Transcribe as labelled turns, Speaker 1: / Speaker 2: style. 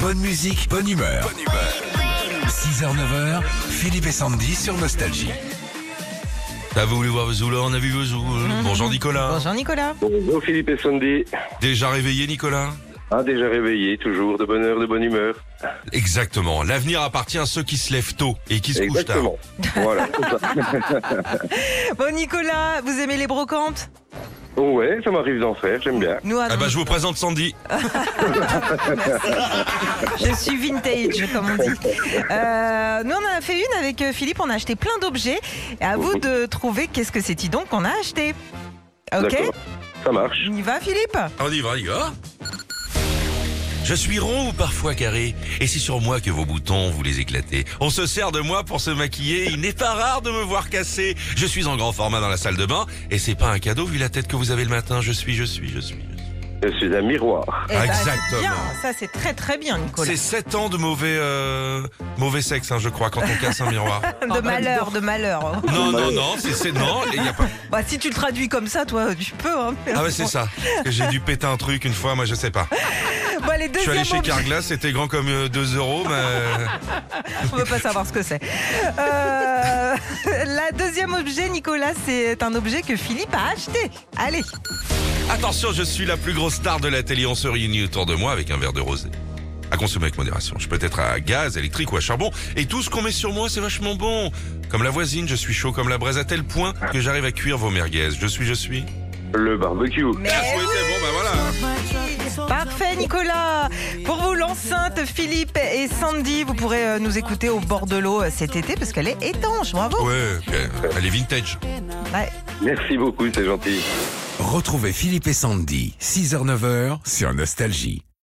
Speaker 1: Bonne musique, bonne humeur. 6h, 9h, Philippe et Sandy sur Nostalgie.
Speaker 2: T'as voulu voir Vesoul, on a vu Vesoul. Bonjour Nicolas.
Speaker 3: Bonjour Nicolas.
Speaker 4: Bonjour Philippe et Sandy.
Speaker 2: Déjà réveillé Nicolas
Speaker 4: Ah, déjà réveillé, toujours de bonne heure, de bonne humeur.
Speaker 2: Exactement. L'avenir appartient à ceux qui se lèvent tôt et qui se couchent tard.
Speaker 4: Exactement. Voilà, c'est ça.
Speaker 3: Bon Nicolas, vous aimez les brocantes
Speaker 4: Oh ouais, ça m'arrive d'en faire, j'aime bien.
Speaker 3: Nous,
Speaker 2: Ah
Speaker 3: non.
Speaker 2: bah je vous présente Sandy.
Speaker 3: je suis vintage comme on dit. Euh, nous on en a fait une avec euh, Philippe, on a acheté plein d'objets. Et à vous de trouver qu'est-ce que c'est donc qu'on a acheté. Ok
Speaker 4: D'accord. Ça marche.
Speaker 3: On y va Philippe
Speaker 2: On y va, les gars. Je suis rond ou parfois carré, et c'est sur moi que vos boutons vous les éclatez. On se sert de moi pour se maquiller, il n'est pas rare de me voir casser. Je suis en grand format dans la salle de bain, et c'est pas un cadeau vu la tête que vous avez le matin. Je suis, je suis, je suis. je suis.
Speaker 4: Je suis un miroir.
Speaker 3: Eh ben, c'est
Speaker 2: Exactement.
Speaker 3: bien, ça c'est très très bien Nicolas.
Speaker 2: C'est 7 ans de mauvais, euh, mauvais sexe, hein, je crois, quand on casse un miroir.
Speaker 3: De malheur, de malheur.
Speaker 2: Non, non, non, c'est, c'est- non, il y a pas.
Speaker 3: Bah, si tu le traduis comme ça, toi, tu peux. Hein.
Speaker 2: Ah ouais, c'est ça. Parce que J'ai dû péter un truc une fois, moi je sais pas.
Speaker 3: Bon, allez,
Speaker 2: Je suis
Speaker 3: deuxième
Speaker 2: allé chez
Speaker 3: objet.
Speaker 2: Carglass, c'était grand comme euh, 2 euros, mais euh,
Speaker 3: On ne veut pas savoir ce que c'est. Euh, la deuxième objet, Nicolas, c'est un objet que Philippe a acheté. Allez,
Speaker 2: attention, je suis la plus grosse star de la télé. On se réunit autour de moi avec un verre de rosé. À consommer avec modération. Je peux être à gaz, électrique ou à charbon. Et tout ce qu'on met sur moi, c'est vachement bon. Comme la voisine, je suis chaud comme la braise à tel point que j'arrive à cuire vos merguez. Je suis, je suis.
Speaker 4: Le barbecue.
Speaker 3: Mais
Speaker 2: Ah, oui, c'est bon, bah voilà.
Speaker 3: Parfait Nicolas Pour vous l'enceinte Philippe et Sandy, vous pourrez euh, nous écouter au bord de l'eau euh, cet été parce qu'elle est étanche, bravo
Speaker 2: Ouais, ok. elle est vintage.
Speaker 3: Ouais.
Speaker 4: Merci beaucoup, c'est gentil.
Speaker 1: Retrouvez Philippe et Sandy, 6h, 9h sur Nostalgie.